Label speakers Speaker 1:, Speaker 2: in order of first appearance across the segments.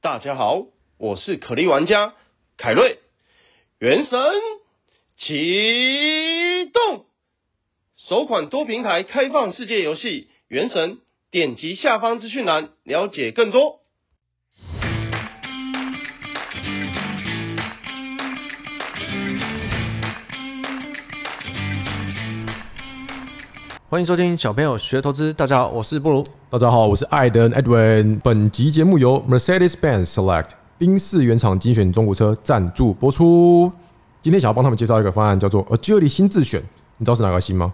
Speaker 1: 大家好，我是可莉玩家凯瑞。原神启动，首款多平台开放世界游戏《原神》，点击下方资讯栏了解更多。
Speaker 2: 欢迎收听小朋友学投资，大家好，我是布鲁。
Speaker 3: 大家好，我是艾登 Edwin。本集节目由 Mercedes-Benz Select 宾士原厂精选中古车赞助播出。今天想要帮他们介绍一个方案，叫做 Agility 新自选。你知道是哪个新吗？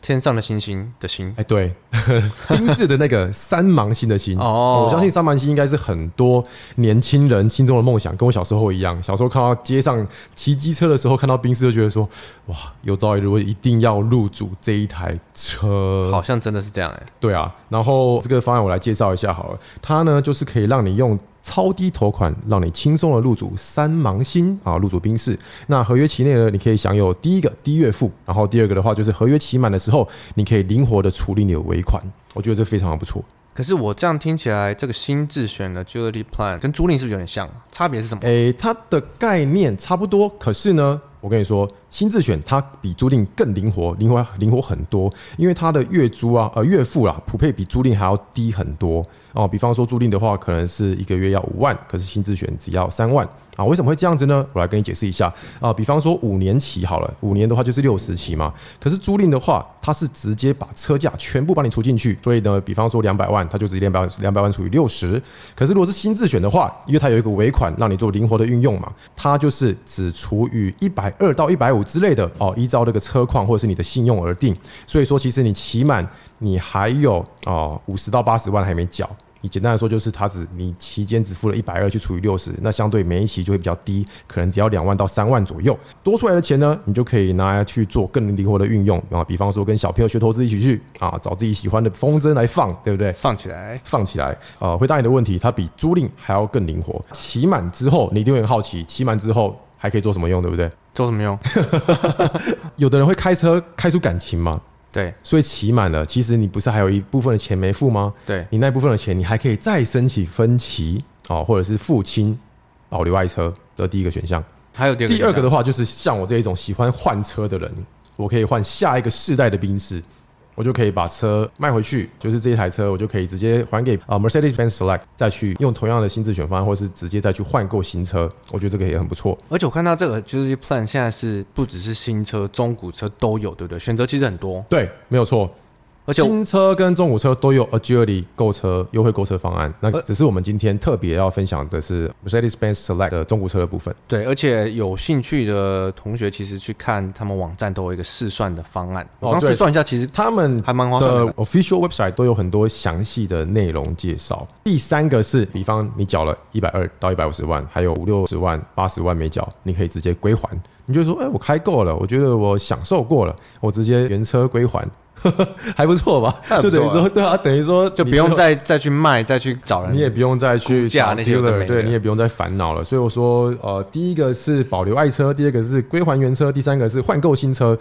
Speaker 2: 天上的星星的星
Speaker 3: 哎，，对， 宾士的那个三芒星的星。
Speaker 2: 哦
Speaker 3: 我相信三芒星应该是很多年轻人心中的梦想，跟我小时候一样。小时候看到街上骑机车的时候，看到宾士就觉得说，哇，有朝一日我一定要入主这一台车。
Speaker 2: 好像真的是这样哎、
Speaker 3: 对啊，然后这个方案我来介绍一下好了，它呢就是可以让你用超低头款，让你轻松的入主三芒星啊，入主宾士。那合约期内呢，你可以享有第一个低月付，然后第二个的话就是合约期满的时候，你可以灵活的处理你的尾款，我觉得这非常的不错。
Speaker 2: 可是我这样听起来，这个新自选的 Agility Plan 跟租赁是不是有点像啊？差别是什么？
Speaker 3: 诶，它的概念差不多，可是呢，我跟你说，新自选它比租赁更灵活，灵活灵活很多，因为它的月租啊，呃月付啦，普配比租赁还要低很多哦。比方说租赁的话，可能是一个月要五万，可是新自选只要三万啊。为什么会这样子呢？我来跟你解释一下啊。比方说五年期好了，五年的话就是六十期嘛，可是租赁的话，它是直接把车价全部帮你除进去，所以呢，比方说两百万，它就直接两百万两百万除以六十。可是如果是新自选的话，因为它有一个尾款让你做灵活的运用嘛，它就是只除以一百二到一百五之类的哦，依照这个车况或者是你的信用而定。所以说，其实你期满你还有哦五十到八十万还没缴。你简单来说就是，它只你期间只付了一百二去除以六十，那相对每一期就会比较低，可能只要两万到三万左右。多出来的钱呢，你就可以拿来去做更灵活的运用啊，比方说跟小朋友学投资一起去啊，找自己喜欢的风筝来放，对不对？
Speaker 2: 放起来，
Speaker 3: 放起来。呃，回答你的问题，它比租赁还要更灵活。期满之后，你一定会很好奇，期满之后还可以做什么用，对不对？
Speaker 2: 做什么 用？
Speaker 3: 有的人会开车开出感情嘛，
Speaker 2: 对
Speaker 3: 所以期满了，其实你不是还有一部分的钱没付吗？
Speaker 2: 对，
Speaker 3: 你那部分的钱，你还可以再申请分期哦，或者是付清保留爱车的第一个选项。
Speaker 2: 还有第二个
Speaker 3: 第二个的
Speaker 2: 话，
Speaker 3: 话，就是像我这一种喜欢换车的人，我可以换下一个世代的宾士，我就可以把车卖回去，就是这一台车，我就可以直接还给啊、Mercedes-Benz Select，再去用同样的新自选方案，或是直接再去换购新车，我觉得这个也很不错。
Speaker 2: 而且我看到这个 Agility Plan 现在是不只是新车、中古车都有，对不对？选择其实很多，
Speaker 3: 对，没有错。
Speaker 2: 而且我
Speaker 3: 新车跟中古车都有 Agility 购车优惠购车方案，那
Speaker 2: 呃
Speaker 3: 只是我们今天特别要分享的是 Mercedes-Benz Select 的中古车的部分。
Speaker 2: 对，而且有兴趣的同学其实去看他们网站都有一个试算的方案。我
Speaker 3: 哦
Speaker 2: 刚
Speaker 3: 对
Speaker 2: 试算一下，其实
Speaker 3: 他们
Speaker 2: 还蛮划算的
Speaker 3: 的 official website 都有很多详细的内容介绍。第三个是，比方你缴了一百二到一百五十万，还有五六十万、八十万没缴，你可以直接归还。你就说，哎、我开够了，我觉得我享受过了，我直接原车归还， 还不错吧？
Speaker 2: 那很不
Speaker 3: 就
Speaker 2: 错啊
Speaker 3: 等于说，对啊，等于说
Speaker 2: 就
Speaker 3: 你
Speaker 2: 不用
Speaker 3: 最后
Speaker 2: 再再去卖，再去找人。
Speaker 3: 你也不用再去
Speaker 2: 估价
Speaker 3: 找
Speaker 2: 那些有的
Speaker 3: dealer，
Speaker 2: 没的
Speaker 3: 对，你也不用再烦恼了。所以我说，呃，第一个是保留爱车，第二个是归还原车，第三个是换购新车，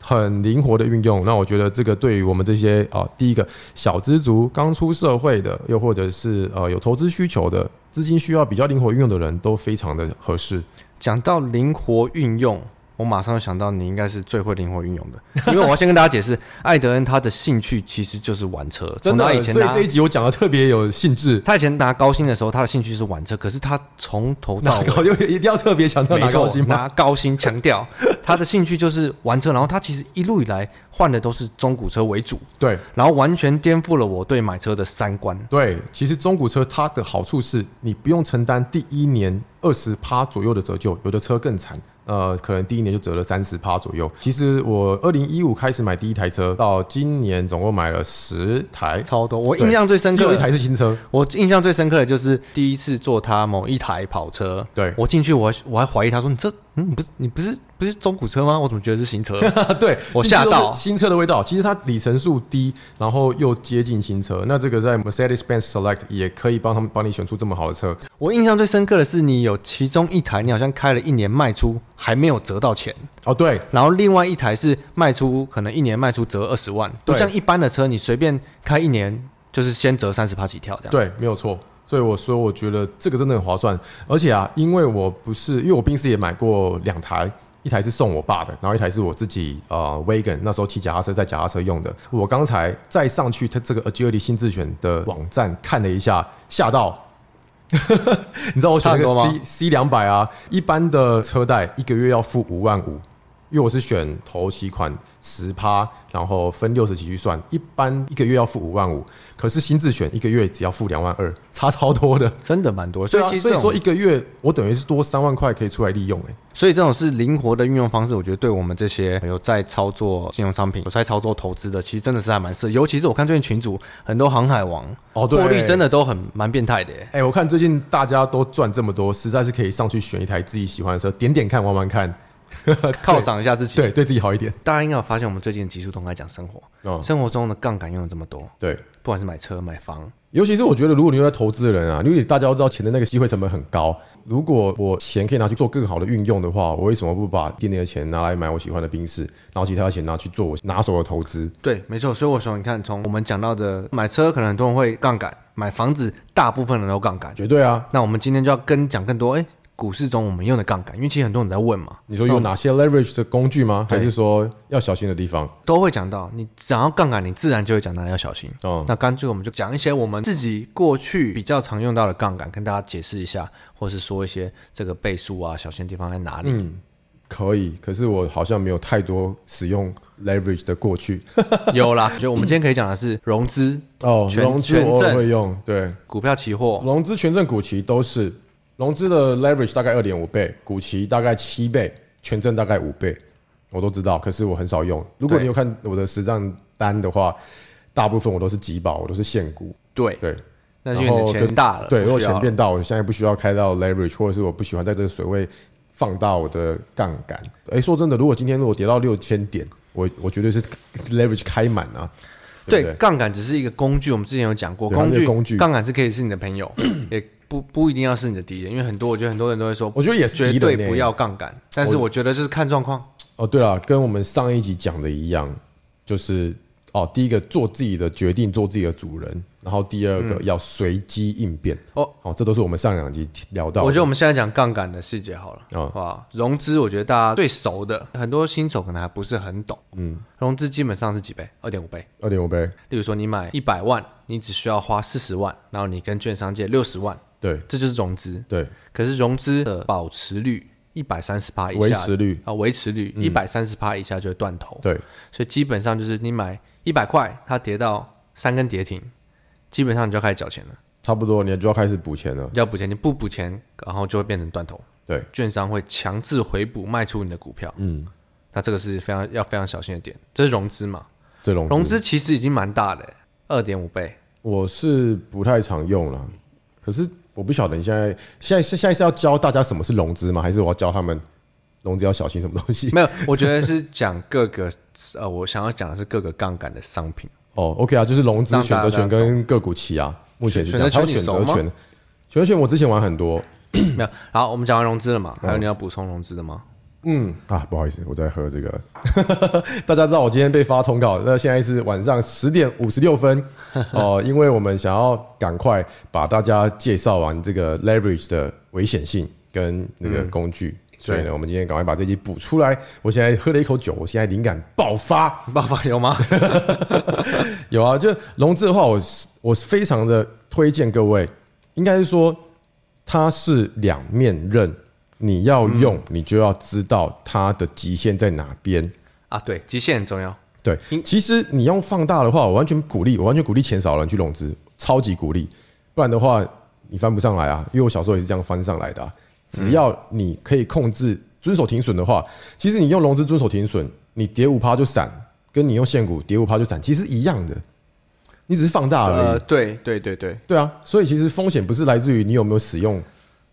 Speaker 3: 很灵活的运用。那我觉得这个对于我们这些啊、呃第一个小资族刚出社会的，又或者是呃有投资需求的，资金需要比较灵活运用的人都非常的合适。
Speaker 2: 讲到灵活运用，我马上就想到你应该是最会灵活运用的，因为我要先跟大家解释， 艾德恩他的兴趣其实就是玩车，
Speaker 3: 真
Speaker 2: 从
Speaker 3: 的，
Speaker 2: 啊他以前
Speaker 3: 所以
Speaker 2: 拿
Speaker 3: 这一集我讲的特别有 兴致。
Speaker 2: 他以前拿高薪的时候，他的兴趣是玩车，可是他从头到
Speaker 3: 拿
Speaker 2: 尾
Speaker 3: 高就一定要特别强调
Speaker 2: 没
Speaker 3: 拿
Speaker 2: 错，
Speaker 3: 高薪吗？
Speaker 2: 拿高薪强调他的兴趣就是玩车，然后他其实一路以来换的都是中古车为主，
Speaker 3: 对，
Speaker 2: 然后完全颠覆了我对买车的三观。
Speaker 3: 对，其实中古车它的好处是，你不用承担第一年二十趴左右的折旧，有的车更惨，呃，可能第一年就折了三十趴左右。其实我二零一五开始买第一台车，到今年总共买了十台，
Speaker 2: 超多我
Speaker 3: 对
Speaker 2: 印象最深刻
Speaker 3: 只有一
Speaker 2: 的
Speaker 3: 台是新车。
Speaker 2: 我印象最深刻的就是第一次坐他某一台跑车，
Speaker 3: 对
Speaker 2: 我进去我还我还怀疑他说你这嗯你不是你不是不是中古车吗？我怎么觉得是新 车？
Speaker 3: 对，
Speaker 2: 啊我
Speaker 3: 进去
Speaker 2: 吓
Speaker 3: 都是
Speaker 2: 到
Speaker 3: 新车的味道。其实它里程数低，然后又接近新车，那这个在 Mercedes-Benz Select 也可以帮他们帮你选出这么好的车。
Speaker 2: 我印象最深刻的是你有其中一台你好像开了一年卖出还没有折到钱，
Speaker 3: 哦，对，
Speaker 2: 然后另外一台是卖出可能一年卖出折二十万，不
Speaker 3: 对
Speaker 2: 像一般的车你随便开一年就是先折三十趴起跳这样。
Speaker 3: 对，没有错。所以我说我觉得这个真的很划算，而且啊，因为我不是，因为我平时也买过两台。一台是送我爸的，然后一台是我自己呃 Wagon 那时候骑脚踏车在脚踏车用的。我刚才再上去它这个 Agility 新智选的网站看了一下，吓到。 你知道我选那
Speaker 2: 差很多
Speaker 3: 个
Speaker 2: 吗
Speaker 3: C C 两百啊，一般的车贷一个月要付五万五，因为我是选头期款十趴，然后分六十期去算，一般一个月要付五万五，可是新智选一个月只要付两万二，差超多的。
Speaker 2: 真的蛮多。所以
Speaker 3: 对啊，
Speaker 2: 其实
Speaker 3: 所
Speaker 2: 这
Speaker 3: 以
Speaker 2: 种
Speaker 3: 说一个月我等于是多三万块可以出来利用哎、
Speaker 2: 所以这种是灵活的运用方式，我觉得对我们这些有在操作金融商品、有在操作投资的，其实真的是还蛮适合。尤其是我看最近群主很多航海王，
Speaker 3: 哦对
Speaker 2: 获利真的都很蛮变态的耶。
Speaker 3: 哎、我看最近大家都赚这么多，实在是可以上去选一台自己喜欢的车，点点看，玩玩看，
Speaker 2: 犒赏一下自己
Speaker 3: 对，对自己好一点。
Speaker 2: 大家应该有发现，我们最近的集数都在讲生活，
Speaker 3: 哦
Speaker 2: 生活中的杠杆用了这么多，
Speaker 3: 对，
Speaker 2: 不管是买车、买房，
Speaker 3: 尤其是我觉得，如果你又在投资的人啊，因为大家都知道钱的那个机会成本很高，如果我钱可以拿去做更好的运用的话，我为什么不把一点点的钱拿来买我喜欢的宾士，然后其他的钱拿去做我拿手的投资？
Speaker 2: 对，没错。所以我说，你看，从我们讲到的买车，可能很多人会杠杆；买房子，大部分人都杠杆。
Speaker 3: 绝对啊！
Speaker 2: 那我们今天就要跟讲更多，哎，股市中我们用的杠杆，因为其实很多人在问嘛，
Speaker 3: 你说有哪些 leverage 的工具
Speaker 2: 哦
Speaker 3: 吗？
Speaker 2: 对
Speaker 3: 还是说要小心的地方？
Speaker 2: 都会讲到。你讲到杠杆，你自然就会讲到要小心。
Speaker 3: 哦
Speaker 2: 那干脆我们就讲一些我们自己过去比较常用到的杠杆，跟大家解释一下，或是说一些这个倍数啊、小心的地方在哪里。
Speaker 3: 嗯，可以，可是我好像没有太多使用 leverage 的过去。
Speaker 2: 有啦，所以我们今天可以讲的是融资
Speaker 3: 哦，
Speaker 2: 权
Speaker 3: 融资
Speaker 2: 权
Speaker 3: 我会
Speaker 2: 证、
Speaker 3: 用，对，
Speaker 2: 股票期货，
Speaker 3: 融资权证股期都是融资的 leverage 大概二点五倍，股期大概七倍，权证大概五倍，我都知道，可是我很少用。如果
Speaker 2: 对
Speaker 3: 你有看我的实战单的话，大部分我都是集保，我都是现股，
Speaker 2: 对，
Speaker 3: 对。
Speaker 2: 那
Speaker 3: 然
Speaker 2: 是因为你
Speaker 3: 后
Speaker 2: 的
Speaker 3: 跟
Speaker 2: 钱大了，
Speaker 3: 对，如
Speaker 2: 不
Speaker 3: 果
Speaker 2: 需要
Speaker 3: 钱
Speaker 2: 了
Speaker 3: 变大，我现在不需要开到 leverage，或者是我不喜欢在这个水位放大我的杠杆。哎，说真的，如果今天如果跌到六千点，我我绝对是 leverage 开满啊，
Speaker 2: 对
Speaker 3: 对不对？
Speaker 2: 杠杆只是一个工具，我们之前有讲过，
Speaker 3: 对它
Speaker 2: 工
Speaker 3: 是一个
Speaker 2: 具
Speaker 3: 工具
Speaker 2: 杠杆是可以是你的朋友，也不不一定要是你的敌人，因为很多我觉得很多人都会说，
Speaker 3: 我觉得也是敌人
Speaker 2: 绝对
Speaker 3: 欸
Speaker 2: 不要杠杆，但是
Speaker 3: 我
Speaker 2: 我觉得就是看状况，
Speaker 3: 哦，对了，跟我们上一集讲的一样，就是哦，第一个做自己的决定，做自己的主人，然后第二个要随机应变。
Speaker 2: 嗯哦，
Speaker 3: 好、这都是我们上两集聊到的。
Speaker 2: 我觉得我们现在讲杠杆的细节好了，
Speaker 3: 哦
Speaker 2: 好不好？融资我觉得大家最熟的，很多新手可能还不是很懂，
Speaker 3: 嗯，
Speaker 2: 融资基本上是几倍，二点五倍，
Speaker 3: 二点五倍，
Speaker 2: 例如说你买一百万，你只需要花四十万，然后你跟券商借六十万，
Speaker 3: 对
Speaker 2: 这就是融资，
Speaker 3: 对，
Speaker 2: 可是融资的保持率一百三十趴以下，
Speaker 3: 维持率嗯
Speaker 2: 啊，维持率一百三十趴以下就会断头。
Speaker 3: 对，
Speaker 2: 所以基本上就是你买一百块，它跌到三根跌停，基本上你就要开始缴钱了。
Speaker 3: 差不多，你就要开始补钱了。
Speaker 2: 要补钱，你不补钱，然后就会变成断头，
Speaker 3: 对，
Speaker 2: 券商会强制回补卖出你的股票。
Speaker 3: 嗯，
Speaker 2: 那这个是非常要非常小心的点，这是融资嘛？
Speaker 3: 这融
Speaker 2: 融资其实已经蛮大的、二点五倍。
Speaker 3: 我是不太常用啦，可是我不晓得你现在现在现在是要教大家什么是融资吗？还是我要教他们融资要小心什么东西？
Speaker 2: 没有，我觉得是讲各个呃，我想要讲的是各个杠杆的商品。
Speaker 3: 哦，OK 啊，就是融资
Speaker 2: 让
Speaker 3: 选
Speaker 2: 大
Speaker 3: 择
Speaker 2: 家
Speaker 3: 权
Speaker 2: 懂
Speaker 3: 跟个股期啊，目前是这样。还
Speaker 2: 选
Speaker 3: 有
Speaker 2: 择权
Speaker 3: 选
Speaker 2: 你熟
Speaker 3: 择
Speaker 2: 吗
Speaker 3: 权，选择权我之前玩很多，
Speaker 2: 没有，好，我们讲完融资了嘛？还有你要补充融资的吗？
Speaker 3: 嗯啊，不好意思，我在喝这个。 大家知道我今天被发通告，那现在是晚上十点五十 六分哦、因为我们想要赶快把大家介绍完这个 leverage 的危险性跟那
Speaker 2: 嗯
Speaker 3: 个工具。所以呢，我们今天赶快把这集补出来。我现在喝了一口酒，我现在灵感爆发。
Speaker 2: 爆发有吗？
Speaker 3: 有啊，就融资的话，我是我是非常的推荐各位，应该是说它是两面刃，你要用，你就要知道它的极限在哪边。
Speaker 2: 啊，对，极限很重要。
Speaker 3: 对，其实你用放大的话，我完全鼓励，我完全鼓励钱少人去融资，超级鼓励。不然的话，你翻不上来啊，因为我小时候也是这样翻上来的、啊。只要你可以控制遵守停损的话，其实你用融资遵守停损，你跌五趴就闪，跟你用现股跌五趴就闪，其实一样的，你只是放大而已。
Speaker 2: 呃，对对对对，
Speaker 3: 对啊，所以其实风险不是来自于你有没有使用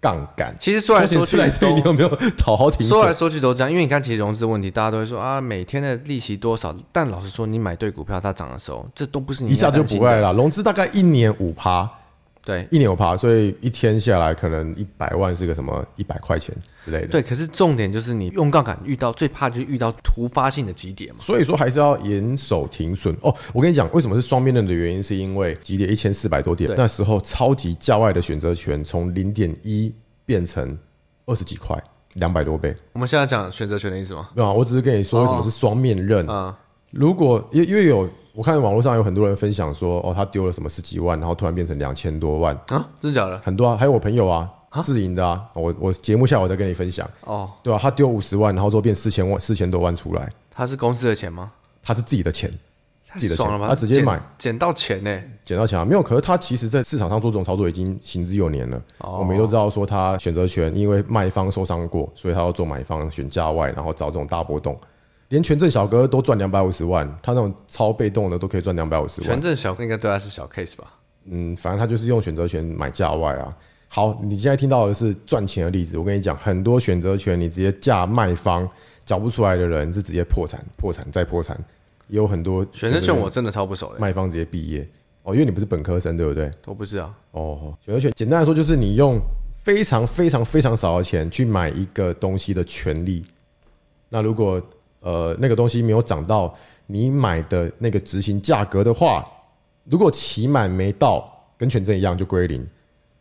Speaker 3: 杠杆，
Speaker 2: 其实说来说
Speaker 3: 风
Speaker 2: 去
Speaker 3: 险是来自于你有
Speaker 2: 都
Speaker 3: 没有讨好停损。
Speaker 2: 说来说去都这样，因为你看，其实融资问题，大家都会说啊，每天的利息多少？但老实说，你买对股票，它涨的时候，这都不是你
Speaker 3: 一下
Speaker 2: 应该
Speaker 3: 就
Speaker 2: 担心
Speaker 3: 不
Speaker 2: 的
Speaker 3: 会了啦，融资大概一年五趴，
Speaker 2: 对
Speaker 3: 一扭爬，所以一天下来可能一百万是个什么一百块钱之类的。
Speaker 2: 对，可是重点就是你用杠杆遇到最怕就是遇到突发性的急跌嘛。
Speaker 3: 所以说还是要严守停损哦。我跟你讲，为什么是双面刃的原因，是因为急跌一千四百多点，
Speaker 2: 对
Speaker 3: 那时候超级价外的选择权从零点一变成二十几块，两百多倍。
Speaker 2: 我们现在讲选择权的意思吗？
Speaker 3: 啊，我只是跟你说为什么
Speaker 2: 哦
Speaker 3: 是双面刃。
Speaker 2: 啊、
Speaker 3: 如果因为因为有我看网络上有很多人分享说，哦，他丢了什么十几万，然后突然变成两千多万，
Speaker 2: 啊，真的假的？
Speaker 3: 很多啊，还有我朋友啊，自营的啊，我我节目下我再跟你分享，
Speaker 2: 哦，
Speaker 3: 对啊，他丢五十万，然后之后变四千万，四千多万出来，
Speaker 2: 他是公司的钱吗？
Speaker 3: 他是自己的钱，
Speaker 2: 太
Speaker 3: 自己的钱
Speaker 2: 爽了吧？
Speaker 3: 他直接
Speaker 2: 捡
Speaker 3: 买，
Speaker 2: 捡到钱呢。
Speaker 3: 捡到钱啊，没有，可是他其实在市场上做这种操作已经行之有年了。
Speaker 2: 哦
Speaker 3: 我们也都知道说他选择权因为卖方受伤过，所以他要做买方选价外，然后找这种大波动。连权证小哥都赚两百五十万，他那种超被动的都可以赚两百五十万
Speaker 2: 权。证小应该对他是小 case 吧？
Speaker 3: 嗯，反正他就是用选择权买价外啊。好，你现在听到的是赚钱的例子，我跟你讲，很多选择权你直接价卖方缴不出来的人是直接破产，破产再破产，也有很多
Speaker 2: 选择权我真的超不熟的，
Speaker 3: 卖方直接毕业。哦，因为你不是本科生对不对？
Speaker 2: 我不知道。
Speaker 3: 哦，选择权简单来说就是你用非常非常非常少的钱去买一个东西的权利。那如果呃那个东西没有涨到你买的那个执行价格的话，如果期满没到，跟权证一样就归零；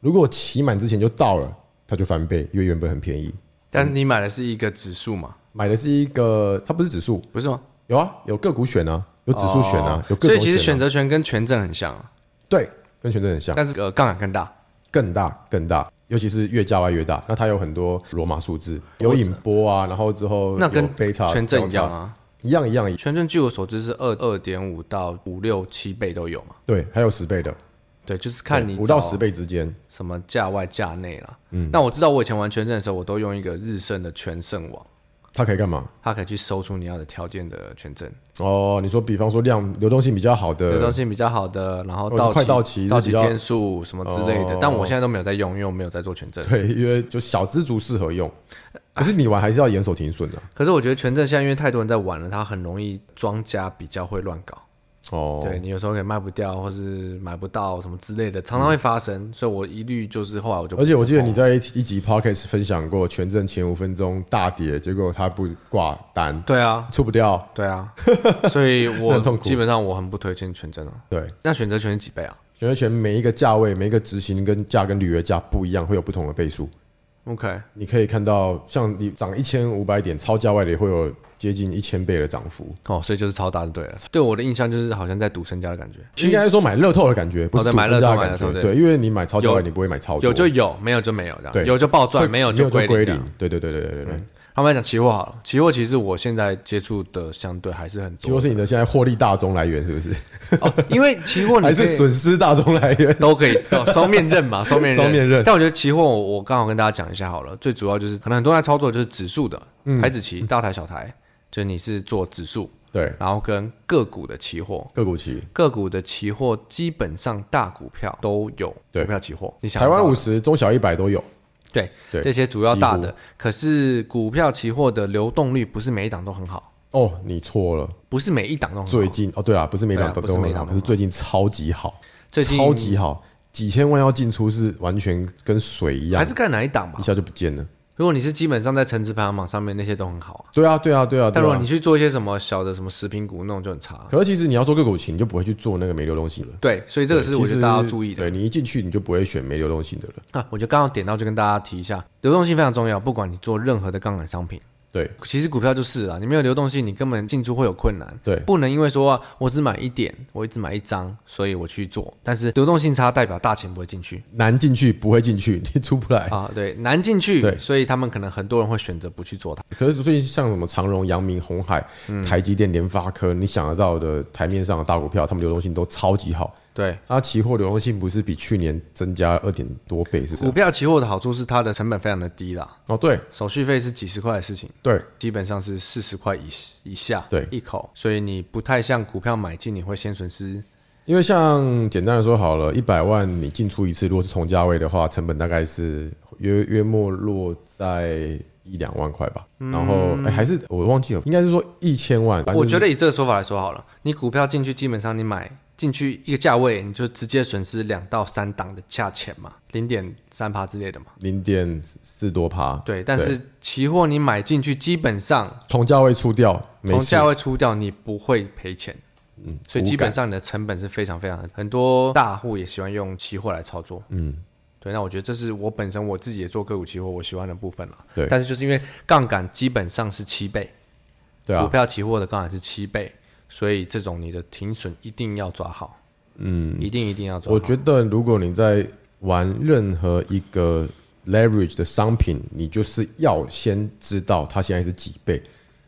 Speaker 3: 如果期满之前就到了，它就翻倍，因为原本很便宜。
Speaker 2: 但是你买的是一个指数嘛？
Speaker 3: 买的是一个，它不是指数，
Speaker 2: 不是吗？
Speaker 3: 有啊，有个股选啊，有指数选啊，
Speaker 2: 哦
Speaker 3: 有个股
Speaker 2: 所
Speaker 3: 选、啊。
Speaker 2: 以其实选择权跟权证很像啊，
Speaker 3: 对，跟权证很像。
Speaker 2: 但是呃杠杆更大。
Speaker 3: 更大更大，尤其是越价外越大。那它有很多罗马数字，有引波啊，然后之后
Speaker 2: 那
Speaker 3: 有
Speaker 2: 跟
Speaker 3: 贝塔
Speaker 2: 权证一样，啊。
Speaker 3: 一样一样，
Speaker 2: 权证据我所知是二二点五到五六七倍都有嘛。
Speaker 3: 对，还有十倍的，
Speaker 2: 对，就是看你
Speaker 3: 五到
Speaker 2: 找
Speaker 3: 十倍之间，
Speaker 2: 什么价外价内啦。
Speaker 3: 嗯
Speaker 2: 那我知道我以前玩权证的时候，我都用一个日盛的全胜网，
Speaker 3: 它可以干嘛？
Speaker 2: 它可以去搜出你要的条件的权证，
Speaker 3: 哦，你说比方说量流动性比较好的，
Speaker 2: 流动性比较好的，然后
Speaker 3: 或者
Speaker 2: 到期
Speaker 3: 嗯快到期
Speaker 2: 到期
Speaker 3: 日期要
Speaker 2: 天数什么之类的。
Speaker 3: 哦
Speaker 2: 但我现在都没有在用，因为我没有在做权证。
Speaker 3: 对，因为就小资族适合用，
Speaker 2: 哎
Speaker 3: 可是你玩还是要严守停损的、
Speaker 2: 可是我觉得权证现在因为太多人在玩了，它很容易庄家比较会乱搞。
Speaker 3: 哦，
Speaker 2: 对你有时候给卖不掉，或是买不到什么之类的，常常会发生，所以我一律就是后来我就不啊
Speaker 3: 嗯而且我记得
Speaker 2: 碰
Speaker 3: 你在一一集 podcast 分享过，权证前五分钟大跌，结果它不挂单，
Speaker 2: 对啊，
Speaker 3: 出不掉，
Speaker 2: 对 啊，所以我
Speaker 3: 很痛苦
Speaker 2: 基本上我很不推荐权证啊。
Speaker 3: 对，
Speaker 2: 那选择权是几倍啊？
Speaker 3: 选择权每一个价位、每一个执行跟价跟履约价不一样，会有不同的倍数。
Speaker 2: OK，
Speaker 3: 你可以看到，像你涨一千五百点，超价外的也会有接近一千倍的涨幅。
Speaker 2: 哦，所以就是超大就对了。对我的印象就是好像在赌身家的感觉，
Speaker 3: 应该说买乐透的感觉，不是
Speaker 2: 哦对
Speaker 3: 赌
Speaker 2: 买乐
Speaker 3: 身家
Speaker 2: 透
Speaker 3: 的
Speaker 2: 买
Speaker 3: 感
Speaker 2: 乐透
Speaker 3: 觉。
Speaker 2: 对
Speaker 3: 对，因为你买超价
Speaker 2: 有
Speaker 3: 外，你不会买超多，
Speaker 2: 有就有，没有就没有这
Speaker 3: 对
Speaker 2: 样，有就暴
Speaker 3: 会
Speaker 2: 赚，没有
Speaker 3: 就
Speaker 2: 就归
Speaker 3: 归
Speaker 2: 零这嗯样。
Speaker 3: 对对对对对对对，
Speaker 2: 他们来讲期货好了，期货其实我现在接触的相对还是很
Speaker 3: 几乎
Speaker 2: 多
Speaker 3: 是你的现在获利大宗来源，是不是？
Speaker 2: 哦，因为期货你
Speaker 3: 还
Speaker 2: 可
Speaker 3: 是
Speaker 2: 以
Speaker 3: 损失大宗来源？
Speaker 2: 都可以，哦双面刃嘛，双面刃。
Speaker 3: 双面刃
Speaker 2: 但我觉得期货，我我刚好跟大家讲一下好了。最主要就是，可能很多人在操作就是指数的，
Speaker 3: 嗯
Speaker 2: 台指期、大台、小台，就是你是做指数，
Speaker 3: 对，
Speaker 2: 然后跟个股的期货。
Speaker 3: 个股期，
Speaker 2: 个股的期货基本上大股票都有
Speaker 3: 对
Speaker 2: 股票期货，你想
Speaker 3: 台湾
Speaker 2: 得到
Speaker 3: 五十、中小一百都有。
Speaker 2: 对
Speaker 3: 对
Speaker 2: 这些主要大
Speaker 3: 几
Speaker 2: 的，可是股票期货的流动率不是每一档都很好，
Speaker 3: 哦，你错了，
Speaker 2: 不是每一档都很好。
Speaker 3: 最近哦，对啦，不是每
Speaker 2: 对啊
Speaker 3: 档都
Speaker 2: 不是
Speaker 3: 都
Speaker 2: 每
Speaker 3: 很
Speaker 2: 档
Speaker 3: 好，
Speaker 2: 都
Speaker 3: 可是
Speaker 2: 很
Speaker 3: 最近超级好，
Speaker 2: 最近
Speaker 3: 超级好，几千万要进出是完全跟水一样，
Speaker 2: 还是看哪一档吧
Speaker 3: 一。下就不见了。
Speaker 2: 如果你是基本上在成指排行榜上面那些都很好啊。
Speaker 3: 对啊，对啊，对啊，
Speaker 2: 但
Speaker 3: 对
Speaker 2: 如果
Speaker 3: 啊
Speaker 2: 你。去做一些什么小的什么食品股那种就很差。
Speaker 3: 可是其实你要做个股情，你就不会去做那个没流动性的。
Speaker 2: 对，所以这个是
Speaker 3: 对
Speaker 2: 我
Speaker 3: 其
Speaker 2: 觉
Speaker 3: 实
Speaker 2: 得大家要注意的。
Speaker 3: 对你一进去，你就不会选没流动性的了。
Speaker 2: 啊，我觉得刚刚点到就跟大家提一下，流动性非常重要，不管你做任何的杠杆商品，
Speaker 3: 对
Speaker 2: 其实股票就是啊，你没有流动性，你根本进出会有困难。
Speaker 3: 对
Speaker 2: 不能因为说、啊、我只买一点，我只买一张，所以我去做，但是流动性差代表大钱不会进去。
Speaker 3: 难进去不会进去，你出不来。
Speaker 2: 啊，对，难进去，
Speaker 3: 哎对
Speaker 2: 所以他们可能很多人会选择不去做它。
Speaker 3: 可是最近像什么长荣、阳明、红海、
Speaker 2: 嗯
Speaker 3: 台积电、联发科，你想得到的台面上的大股票，他们流动性都超级好。
Speaker 2: 对，
Speaker 3: 它期货流动性不是比去年增加二点多倍，是不
Speaker 2: 股
Speaker 3: 是？
Speaker 2: 票期货的好处是它的成本非常的低啦，
Speaker 3: 哦，对
Speaker 2: 手续费是几十块的事情，
Speaker 3: 对，
Speaker 2: 基本上是四十块以以下，
Speaker 3: 对
Speaker 2: 一口，所以你不太像股票买进，你会先损失
Speaker 3: 因为像简单的说好了，一百万你进出一次，如果是同价位的话，成本大概是约约莫落在一两万块吧。
Speaker 2: 嗯
Speaker 3: 然后、哎还是我忘记了，应该是说一千万。
Speaker 2: 我觉得以这个说法来说好了，你股票进去基本上你买进去一个价位，你就直接损失两到三档的价钱嘛，零点三趴之类的嘛。
Speaker 3: 零点四多趴。
Speaker 2: 对，但是期货你买进去，基本上
Speaker 3: 同价位出掉，没
Speaker 2: 从
Speaker 3: 事
Speaker 2: 价位出掉，你不会赔钱，
Speaker 3: 嗯，
Speaker 2: 所以
Speaker 3: 无
Speaker 2: 基本
Speaker 3: 感
Speaker 2: 上你的成本是非常非常的。很多大户也喜欢用期货来操作。
Speaker 3: 嗯，
Speaker 2: 对，那我觉得这是我本身我自己也做个股期货我喜欢的部分了。
Speaker 3: 对
Speaker 2: 但是就是因为杠杆基本上是七倍，
Speaker 3: 对啊
Speaker 2: 股，票期货的杠杆是七倍，所以这种你的停损一定要抓好，
Speaker 3: 嗯，
Speaker 2: 一定一定要抓好。
Speaker 3: 我觉得如果你在玩任何一个 leverage 的商品，你就是要先知道它现在是几倍。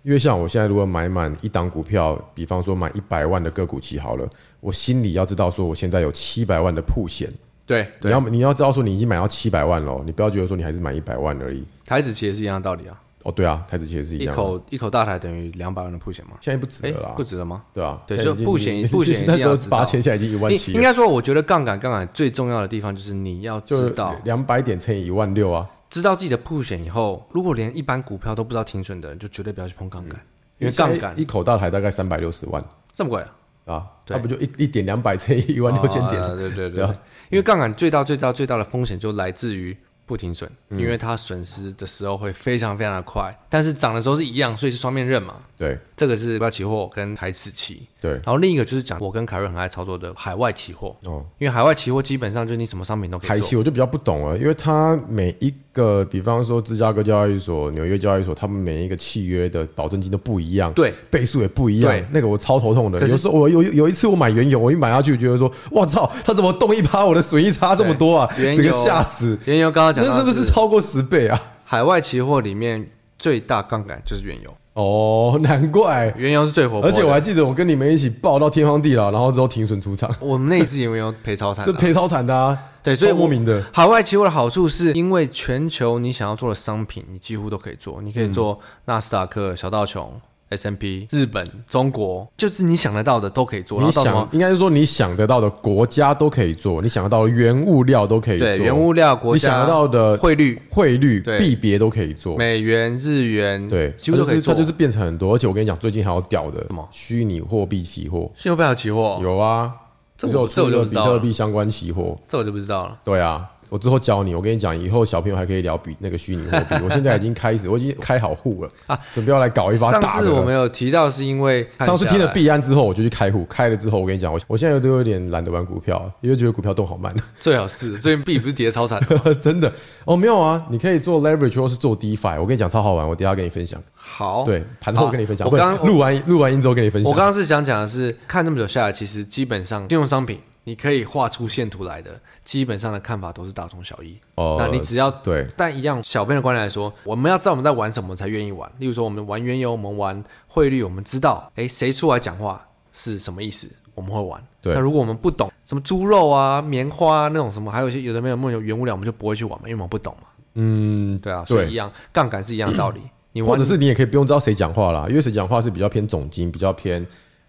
Speaker 3: 因为像我现在如果买满一档股票，比方说买一百万的个股期好了，我心里要知道说我现在有七百万的铺险，
Speaker 2: 对，
Speaker 3: 你
Speaker 2: 对，
Speaker 3: 要你要知道说你已经买到七百万了，你不要觉得说你还是买一百万而已。
Speaker 2: 台子期也是一样的道理啊，
Speaker 3: 哦，对啊，台子期也是
Speaker 2: 一
Speaker 3: 样的，
Speaker 2: 口一口大台等于两百万的铺险嘛，
Speaker 3: 现在不止
Speaker 2: 哎
Speaker 3: 了啦，，
Speaker 2: 不止了吗？
Speaker 3: 对啊，
Speaker 2: 对
Speaker 3: 现在已
Speaker 2: 就
Speaker 3: 经
Speaker 2: 不显
Speaker 3: 你
Speaker 2: 不显
Speaker 3: 其实
Speaker 2: 一定
Speaker 3: 那时候
Speaker 2: 要知道
Speaker 3: 八千，现在已经一万
Speaker 2: 应
Speaker 3: 七
Speaker 2: 应
Speaker 3: 了，
Speaker 2: 该说，我觉得杠杆杠杆最重要的地方就是你要
Speaker 3: 就
Speaker 2: 知道
Speaker 3: 两百点乘以一万六啊。
Speaker 2: 知道自己的铺险以后，如果连一般股票都不知道停损的人，就绝对不要去碰杠杆，因为杠
Speaker 3: 现在嗯一
Speaker 2: 杆
Speaker 3: 口大台大概三百六十万
Speaker 2: 这么贵、啊。
Speaker 3: 啊，
Speaker 2: 对
Speaker 3: 那不就一一点两百乘以一万六千点？
Speaker 2: 啊对对对，
Speaker 3: 对啊
Speaker 2: 因为杠杆最大最大最大的风险就来自于不停损，
Speaker 3: 嗯
Speaker 2: 因为它损失的时候会非常非常的快，但是涨的时候是一样，所以是双面刃嘛。
Speaker 3: 对
Speaker 2: 这个是股票期货跟台指期，
Speaker 3: 对
Speaker 2: 然后另一个就是讲我跟凯瑞很爱操作的海外期货，
Speaker 3: 哦。
Speaker 2: 因为海外期货基本上就是你什么商品都可
Speaker 3: 台
Speaker 2: 以
Speaker 3: 期
Speaker 2: 做。
Speaker 3: 我就比较不懂了，因为它每一个，比方说芝加哥交易所、纽约交易所，他们每一个契约的保证金都不一样，
Speaker 2: 对，
Speaker 3: 倍数也不一样
Speaker 2: 对，
Speaker 3: 那个我超头痛的。
Speaker 2: 可是
Speaker 3: 有时候我有有有一次我买原油，我一买下去我觉得说，我操，它怎么动一趴，我的损益差这么多啊，
Speaker 2: 原
Speaker 3: 整
Speaker 2: 油
Speaker 3: 个吓死。
Speaker 2: 原油刚刚讲
Speaker 3: 那
Speaker 2: 到
Speaker 3: 是不是超过十倍啊？
Speaker 2: 海外期货里面最大杠杆就是原油，
Speaker 3: 哦，难怪。
Speaker 2: 原油是最活泼
Speaker 3: 而
Speaker 2: 的，
Speaker 3: 且我还记得我跟你们一起爆到天荒地老，然后之后停损 出场，
Speaker 2: 我们那一次原油赔超惨
Speaker 3: 这
Speaker 2: 的，
Speaker 3: 赔超惨的啊。
Speaker 2: 对，所以
Speaker 3: 超莫名的。。
Speaker 2: 海外期货的好处是因为全球你想要做的商品，你几乎都可以做，你可以做
Speaker 3: 嗯
Speaker 2: 纳斯达克、小道琼、S M P、日本、中国，就是你想得到的都可以做。然
Speaker 3: 你
Speaker 2: 后到什么
Speaker 3: 想，？应该是说你想得到的国家都可以做，你想得到的原物料都可以做，
Speaker 2: 对，原物料、国
Speaker 3: 你
Speaker 2: 家、
Speaker 3: 想得到的
Speaker 2: 汇率、
Speaker 3: 汇率、
Speaker 2: 对
Speaker 3: 币别都可以做。
Speaker 2: 美元、日元，
Speaker 3: 对，
Speaker 2: 几乎都可以做。
Speaker 3: 它就是它就是变成很多，而且我跟你讲，最近还有屌的
Speaker 2: 什么
Speaker 3: 虚拟货币期货，
Speaker 2: 信用不了期货，
Speaker 3: 有啊，
Speaker 2: 这
Speaker 3: 不是有
Speaker 2: 我这我就不
Speaker 3: 出了比
Speaker 2: 知道
Speaker 3: 特
Speaker 2: 了
Speaker 3: 币相关期货，
Speaker 2: 这我就不知道了。
Speaker 3: 对啊，我之后教你。我跟你讲，以后小朋友还可以聊比那个虚拟货 币。我现在已经开始，我已经开好户了
Speaker 2: 啊
Speaker 3: 准备要来搞一发
Speaker 2: 上
Speaker 3: 大的
Speaker 2: 次我们
Speaker 3: 了。
Speaker 2: 有提到，是因为看
Speaker 3: 上次
Speaker 2: 下
Speaker 3: 听了
Speaker 2: 来
Speaker 3: 币安之后，我就去开户。开了之后，我跟你讲，我我现在都有点懒得玩股票，因为觉得股票动好慢。
Speaker 2: 最好是最近币不是跌超惨的吗，
Speaker 3: 真的哦，没有啊，你可以做 leverage 或是做 DeFi。我跟你讲超好玩，我等一下跟你分享。
Speaker 2: 好，
Speaker 3: 对，盘后跟你分享。
Speaker 2: 哦好我刚
Speaker 3: 不是录完录完音之后跟你分享。
Speaker 2: 我刚刚是想讲的是，看这么久下来，其实基本上金融商品你可以画出线图来的，基本上的看法都是大同小异。
Speaker 3: 哦
Speaker 2: 那你只要
Speaker 3: 对
Speaker 2: 但一样，小编的观点来说，我们要知道我们在玩什么，我们才愿意玩。例如说，我们玩原油，我们玩汇率，我们知道，哎，谁出来讲话是什么意思，我们会玩。
Speaker 3: 对
Speaker 2: 那如果我们不懂什么猪肉啊、棉花、啊、那种什么，还有一些有的没有没有原物料，我们就不会去玩嘛，因为我们不懂嘛。
Speaker 3: 嗯，
Speaker 2: 对啊，所以一
Speaker 3: 对，
Speaker 2: 样，杠杆是一样的道 理。你
Speaker 3: 或
Speaker 2: 玩
Speaker 3: 者是你也可以不用知道谁讲话啦，因为谁讲话是比较偏总经，比较偏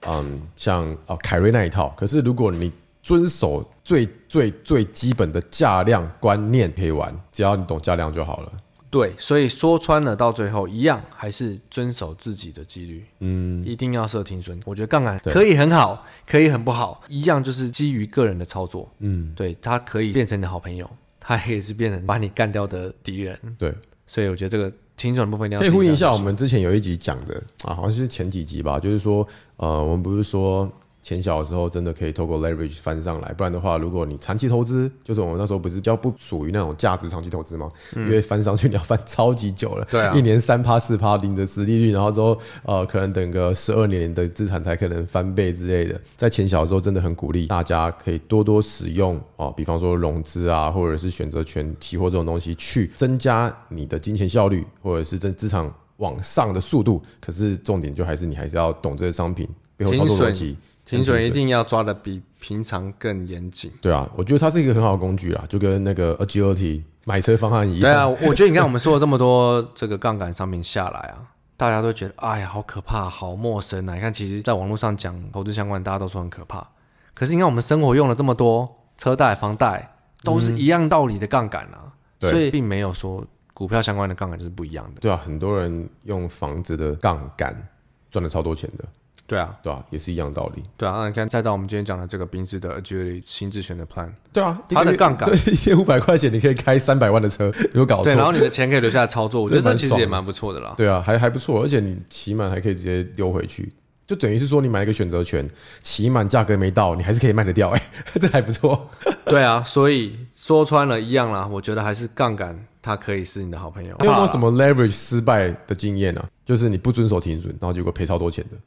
Speaker 3: 嗯像哦凯瑞那一套。可是如果你遵守最最最基本的价量观念可以玩，只要你懂价量就好了。
Speaker 2: 对，所以说穿了到最后一样，还是遵守自己的纪律。
Speaker 3: 嗯，
Speaker 2: 一定要设停损。我觉得杠杆
Speaker 3: 对
Speaker 2: 可以很好，可以很不好，一样就是基于个人的操作。
Speaker 3: 嗯，
Speaker 2: 对，它可以变成你的好朋友，它也是变成把你干掉的敌人。
Speaker 3: 对。
Speaker 2: 所以我觉得这个停损的部分一定要
Speaker 3: 可以呼应一下
Speaker 2: 自
Speaker 3: 我
Speaker 2: 己
Speaker 3: 们之前有一集讲的啊，好像是前几集吧，就是说呃，我们不是说钱小的时候真的可以透过 leverage 翻上来，不然的话，如果你长期投资，就是我们那时候不是比较不属于那种价值长期投资吗？因为翻上去你要翻超级久了，
Speaker 2: 嗯对啊
Speaker 3: 一年三趴四趴零的实利率，然后之后呃可能等个十二年的资产才可能翻倍之类的。在钱小的时候真的很鼓励大家可以多多使用哦，比方说融资啊，或者是选择权期货这种东西去增加你的金钱效率，或者是这资产往上的速度。可是重点就还是你还是要懂这个商品背后操
Speaker 2: 停
Speaker 3: 作逻
Speaker 2: 损
Speaker 3: 辑。
Speaker 2: 停损一定要抓的比平常更严谨。
Speaker 3: 对啊，我觉得它是一个很好的工具啦，就跟那个 agility 买车方案一样。
Speaker 2: 对啊，我觉得你看我们说了这么多这个杠杆商品下来啊， 大家都觉得哎呀好可怕，好陌生啊！你看，其实在网络上讲投资相关，大家都说很可怕。可是你看我们生活用了这么多，车贷、房贷都是一样道理的杠杆啊，
Speaker 3: 对
Speaker 2: 所以并没有说股票相关的杠杆就是不一样的。
Speaker 3: 对啊，很多人用房子的杠杆赚了超多钱的。
Speaker 2: 对啊，
Speaker 3: 对啊，也是一样道理。
Speaker 2: 对啊，那你看再到我们今天讲的这个宾士的 Agility 新智选的 plan，
Speaker 3: 对啊，
Speaker 2: 它的杠杆
Speaker 3: 对，一千五百块钱你可以开三百万的车，有搞错？
Speaker 2: 对，然后你的钱可以留下来操作，我觉得
Speaker 3: 这
Speaker 2: 这
Speaker 3: 蛮
Speaker 2: 其实也
Speaker 3: 爽的
Speaker 2: 蛮不错的啦。
Speaker 3: 对啊，还还不错，而且你骑满还可以直接丢回去，就等于是说你买一个选择权，骑满价格没到，你还是可以卖得掉、欸，哎， 这还不错。
Speaker 2: 对啊，所以说穿了一样啦，我觉得还是杠杆它可以是你的好朋友。
Speaker 3: 你有没有什么 leverage 失败的经验啊？就是你不遵守停损，然后结果赔超多钱的，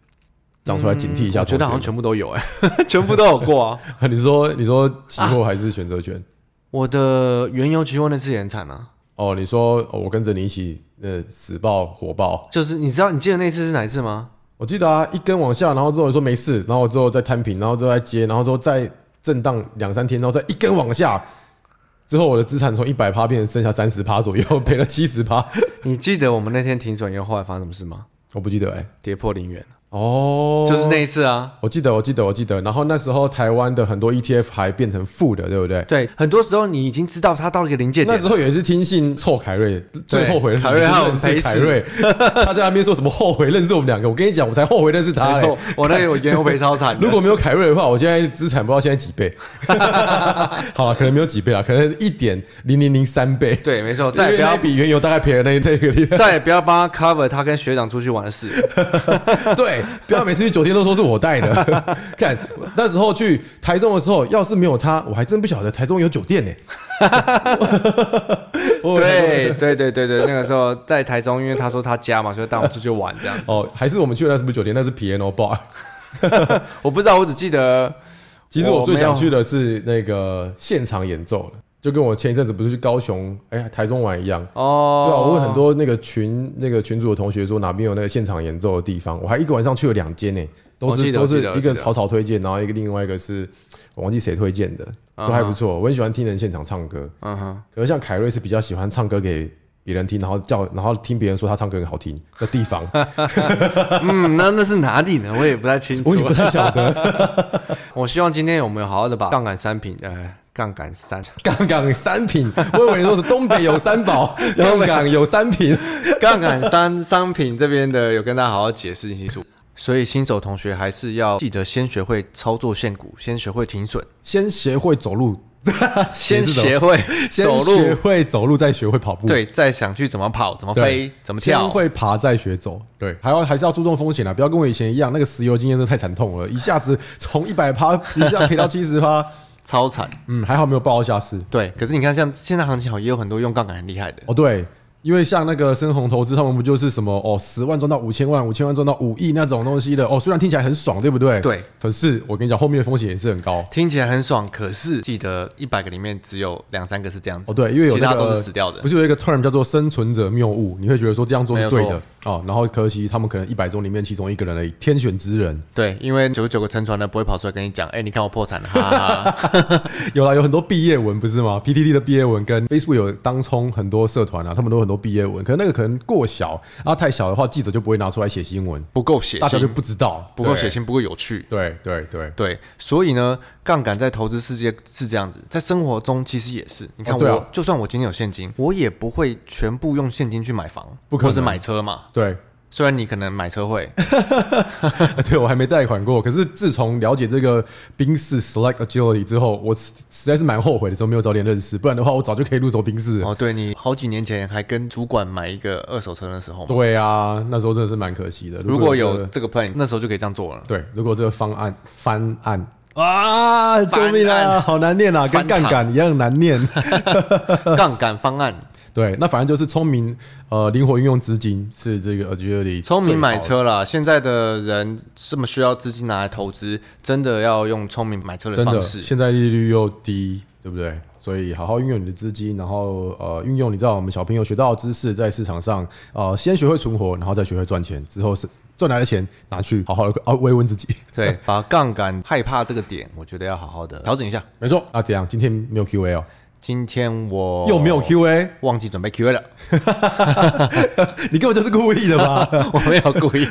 Speaker 3: 讲出来警惕一下
Speaker 2: 我觉得
Speaker 3: 同学们。
Speaker 2: 好像全部都有哎、全部都有过啊。
Speaker 3: 啊， 你说你说期货还是选择权？
Speaker 2: 我的原油期货那次也很惨啊，
Speaker 3: 哦，你说、哦我跟着你一起呃死爆火爆，
Speaker 2: 就是你知道你记得那次是哪一次吗？
Speaker 3: 我记得啊，一根往下，然后之后你说没事，然后之后再摊平，然后之后再接，然后之后再震荡两三天，然后再一根往下，之后我的资产从一百趴变成剩下三十趴左右， 赔了七十趴，
Speaker 2: 你记得我们那天停损以后后来发生什么事吗？
Speaker 3: 我不记得哎、
Speaker 2: 跌破零元，
Speaker 3: 哦，
Speaker 2: 就是那一次啊。
Speaker 3: 我记得，我记得，我记得。然后那时候台湾的很多 ETF 还变成负的，对不对？
Speaker 2: 对，很多时候你已经知道它到一个临界点
Speaker 3: 那
Speaker 2: 了，
Speaker 3: 时候也是听信臭凯瑞，最后悔的是
Speaker 2: 凯瑞害我们
Speaker 3: 认识
Speaker 2: 赔死
Speaker 3: 凯瑞， 他在那边说什么后悔认识我们两个，我跟你讲，我才后悔认识 他、
Speaker 2: 没
Speaker 3: 欸
Speaker 2: 错。我那个我原油赔超惨的，
Speaker 3: 如果没有凯瑞的话，我现在资产不知道现在几倍。 好了，可能没有几倍啊，可能一点零零零三倍。
Speaker 2: 对，没错，
Speaker 3: 因
Speaker 2: 再也
Speaker 3: 为
Speaker 2: 不
Speaker 3: 那
Speaker 2: 要
Speaker 3: 一笔原油大概赔了那那个厉 害。
Speaker 2: 再也不要帮他 cover 他跟学长出去玩的事。
Speaker 3: 对，不要每次去酒店都说是我带的。 看那时候去台中的时候，要是没有他，我还真不晓得台中有酒店 呢、 我
Speaker 2: 对对对对对，那个时候在台中，因为他说他家嘛，所以带我们出去玩这样子。
Speaker 3: 哦，还是我们去的那是不是酒店？那是 Piano Bar。
Speaker 2: 我不知道，我只记得
Speaker 3: 其实我最
Speaker 2: 没有
Speaker 3: 想去的是那个现场演奏的，就跟我前一阵子不是去高雄，哎、呀，台中玩一样。
Speaker 2: 哦，
Speaker 3: 对啊，我问很多那个群那个群主的同学说哪边有那个现场演奏的地方，我还一个晚上去了两间呢，都
Speaker 2: 我记
Speaker 3: 是
Speaker 2: 得
Speaker 3: 都是
Speaker 2: 我记得
Speaker 3: 一
Speaker 2: 我
Speaker 3: 个
Speaker 2: 记得
Speaker 3: 草草推荐，然后一个另外一个是我忘记谁推荐的，
Speaker 2: 嗯哼
Speaker 3: 都还不错。我很喜欢听人现场唱歌，
Speaker 2: 嗯哼，
Speaker 3: 可是像凯瑞是比较喜欢唱歌给别人听，然后叫然后听别人说他唱歌很好听的地方，
Speaker 2: 嗯，那那是哪里呢？我也不太清楚
Speaker 3: 我也。不太晓得。
Speaker 2: 我希望今天我们有好好的把杠杆三品，呃，杠杆三，
Speaker 3: 杠杠三 品，我以为你说是东北有三宝，
Speaker 2: 北
Speaker 3: 杠杠 有三品。
Speaker 2: 杠杆三商品这边的有跟大家好好解释清楚。所以新手同学还是要记得先学会操作现股，先学会停损，
Speaker 3: 先学会走路，
Speaker 2: 先
Speaker 3: 是什么
Speaker 2: 学会
Speaker 3: 先
Speaker 2: 走
Speaker 3: 学
Speaker 2: 路，
Speaker 3: 会走路，再学会跑步。
Speaker 2: 对，再想去怎么跑、怎么
Speaker 3: 对
Speaker 2: 飞、怎么跳
Speaker 3: 先。会爬再学走。对，还要还是要注重风险啊，不要跟我以前一样，那个石油经验真的太惨痛了，一下子从一百趴一下赔 到七十趴。
Speaker 2: 超惨。
Speaker 3: 嗯，还好没有报到下市。
Speaker 2: 对，可是你看，像现在行情好，也有很多用杠杆很厉害的。
Speaker 3: 哦，对。因为像那个深红投资，他们不就是什么哦，十万赚到五千万，五千万赚到五亿那种东西的哦。虽然听起来很爽，对不对？
Speaker 2: 对。
Speaker 3: 可是我跟你讲，后面的风险也是很高。
Speaker 2: 听起来很爽，可是记得一百个里面只有两三个是这样子。
Speaker 3: 哦，对，因为有、
Speaker 2: 其
Speaker 3: 那
Speaker 2: 他
Speaker 3: 个
Speaker 2: 都是死掉的
Speaker 3: 不。是有一个 term 叫做生存者谬误，你会觉得说这样做是对
Speaker 2: 没有
Speaker 3: 的哦，然后可惜他们可能一百中里面其中一个人而已，天选之人。
Speaker 2: 对，因为九十九个沉船的不会跑出来跟你讲，哎、你看我破产了，哈哈 哈。
Speaker 3: 有啦，有很多毕业文不是吗？PTT 的毕业文跟 Facebook 有当冲很多社团啊，他们都有很多毕业文，可能那个可能过小，啊太小的话，记者就不会拿出来写新闻，
Speaker 2: 不够血
Speaker 3: 大家就
Speaker 2: 腥，
Speaker 3: 不知道，
Speaker 2: 不够
Speaker 3: 对
Speaker 2: 血。腥，不够有趣。
Speaker 3: 对对对，
Speaker 2: 对，所以呢，杠杆在投资世界是这样子，在生活中其实也是。你看
Speaker 3: 哦
Speaker 2: 我，
Speaker 3: 对啊
Speaker 2: 就算我今天有现金，我也不会全部用现金去买房，
Speaker 3: 不可
Speaker 2: 或是
Speaker 3: 能
Speaker 2: 买车嘛。
Speaker 3: 对，
Speaker 2: 虽然你可能买车会，
Speaker 3: 对我还没贷款过，可是自从了解这个宾士 Select Agility 之后，我实实在是蛮后悔的，怎么没有早点认识，不然的话我早就可以入手宾士了。
Speaker 2: 哦，对你好几年前还跟主管买一个二手车的时候嘛，
Speaker 3: 对啊，那时候真的是蛮可惜的。
Speaker 2: 如果有
Speaker 3: 这个
Speaker 2: 这个 plan，那时候就可以这样做了。
Speaker 3: 对，如果这个方案翻案啊，救命
Speaker 2: 翻
Speaker 3: 啊，
Speaker 2: 案
Speaker 3: 好难念啊，跟
Speaker 2: 翻
Speaker 3: 杠
Speaker 2: 糖
Speaker 3: 杆一样难念。
Speaker 2: 杠杆方案，
Speaker 3: 对，那反正就是聪明呃灵活运用资金是这个 agility
Speaker 2: 聪明买
Speaker 3: 最
Speaker 2: 车
Speaker 3: 好
Speaker 2: 啦。现在的人这么需要资金拿来投资，真的要用聪明买车
Speaker 3: 的
Speaker 2: 的
Speaker 3: 真的，
Speaker 2: 方式。
Speaker 3: 现在 利率又低，对不对？所以好好运用你的资金，然后呃运用你知道我们小朋友学到的知识，在市场上呃先学会存活，然后再学会赚钱，之后是赚来的钱拿去好好的啊慰问自己。
Speaker 2: 对，把杠杆害怕这个点，我觉得要好好的调整一下。
Speaker 3: 没错，那、这样今天没有 Q&A 哦。
Speaker 2: 今天我
Speaker 3: 又没 有 Q&A，
Speaker 2: 忘记准备 Q A 了，
Speaker 3: 你根本就是故意的吧？
Speaker 2: 我没有故 意。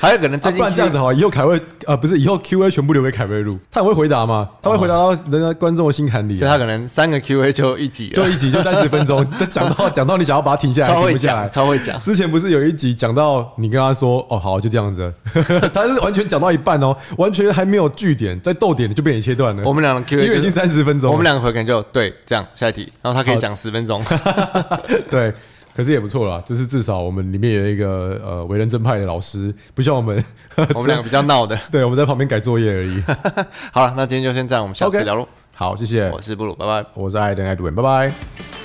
Speaker 2: 还有可能 最
Speaker 3: 啊、
Speaker 2: 近
Speaker 3: 不然这样子
Speaker 2: Q-
Speaker 3: 好了，以后凯瑞呃不是，以后 Q&A 全部留给凯瑞录，他很会回答嘛，他会回答到人家观众的心坎里
Speaker 2: 就
Speaker 3: 啊、
Speaker 2: 哦他可能三个 Q A 就一集了，
Speaker 3: 就一集就三十分 钟，他讲到讲到你想要把它停下来，
Speaker 2: 超
Speaker 3: 停
Speaker 2: 会
Speaker 3: 不下来
Speaker 2: 讲，。超会讲。
Speaker 3: 之前不是有一集讲到你跟他说哦好就这 样子，他是完全讲到一半哦，完全还没有据点，在逗点就被你切断了。
Speaker 2: 我们两个 Q A
Speaker 3: 因为已经三十分钟了，
Speaker 2: 我们两个回感就对，这样下一题，然后他可
Speaker 3: 好
Speaker 2: 以讲十分 钟。
Speaker 3: 对，可是也不错啦，就是至少我们里面有一个呃为人正派的老师，不像我们
Speaker 2: 我们两个比较闹的。
Speaker 3: 对我们在旁边改作业而已。
Speaker 2: 好了，那今天就先这样，我们下次
Speaker 3: OK
Speaker 2: 聊喽。
Speaker 3: 好，谢谢，
Speaker 2: 我是布鲁，拜拜。
Speaker 3: 我是艾登艾杜文，拜拜。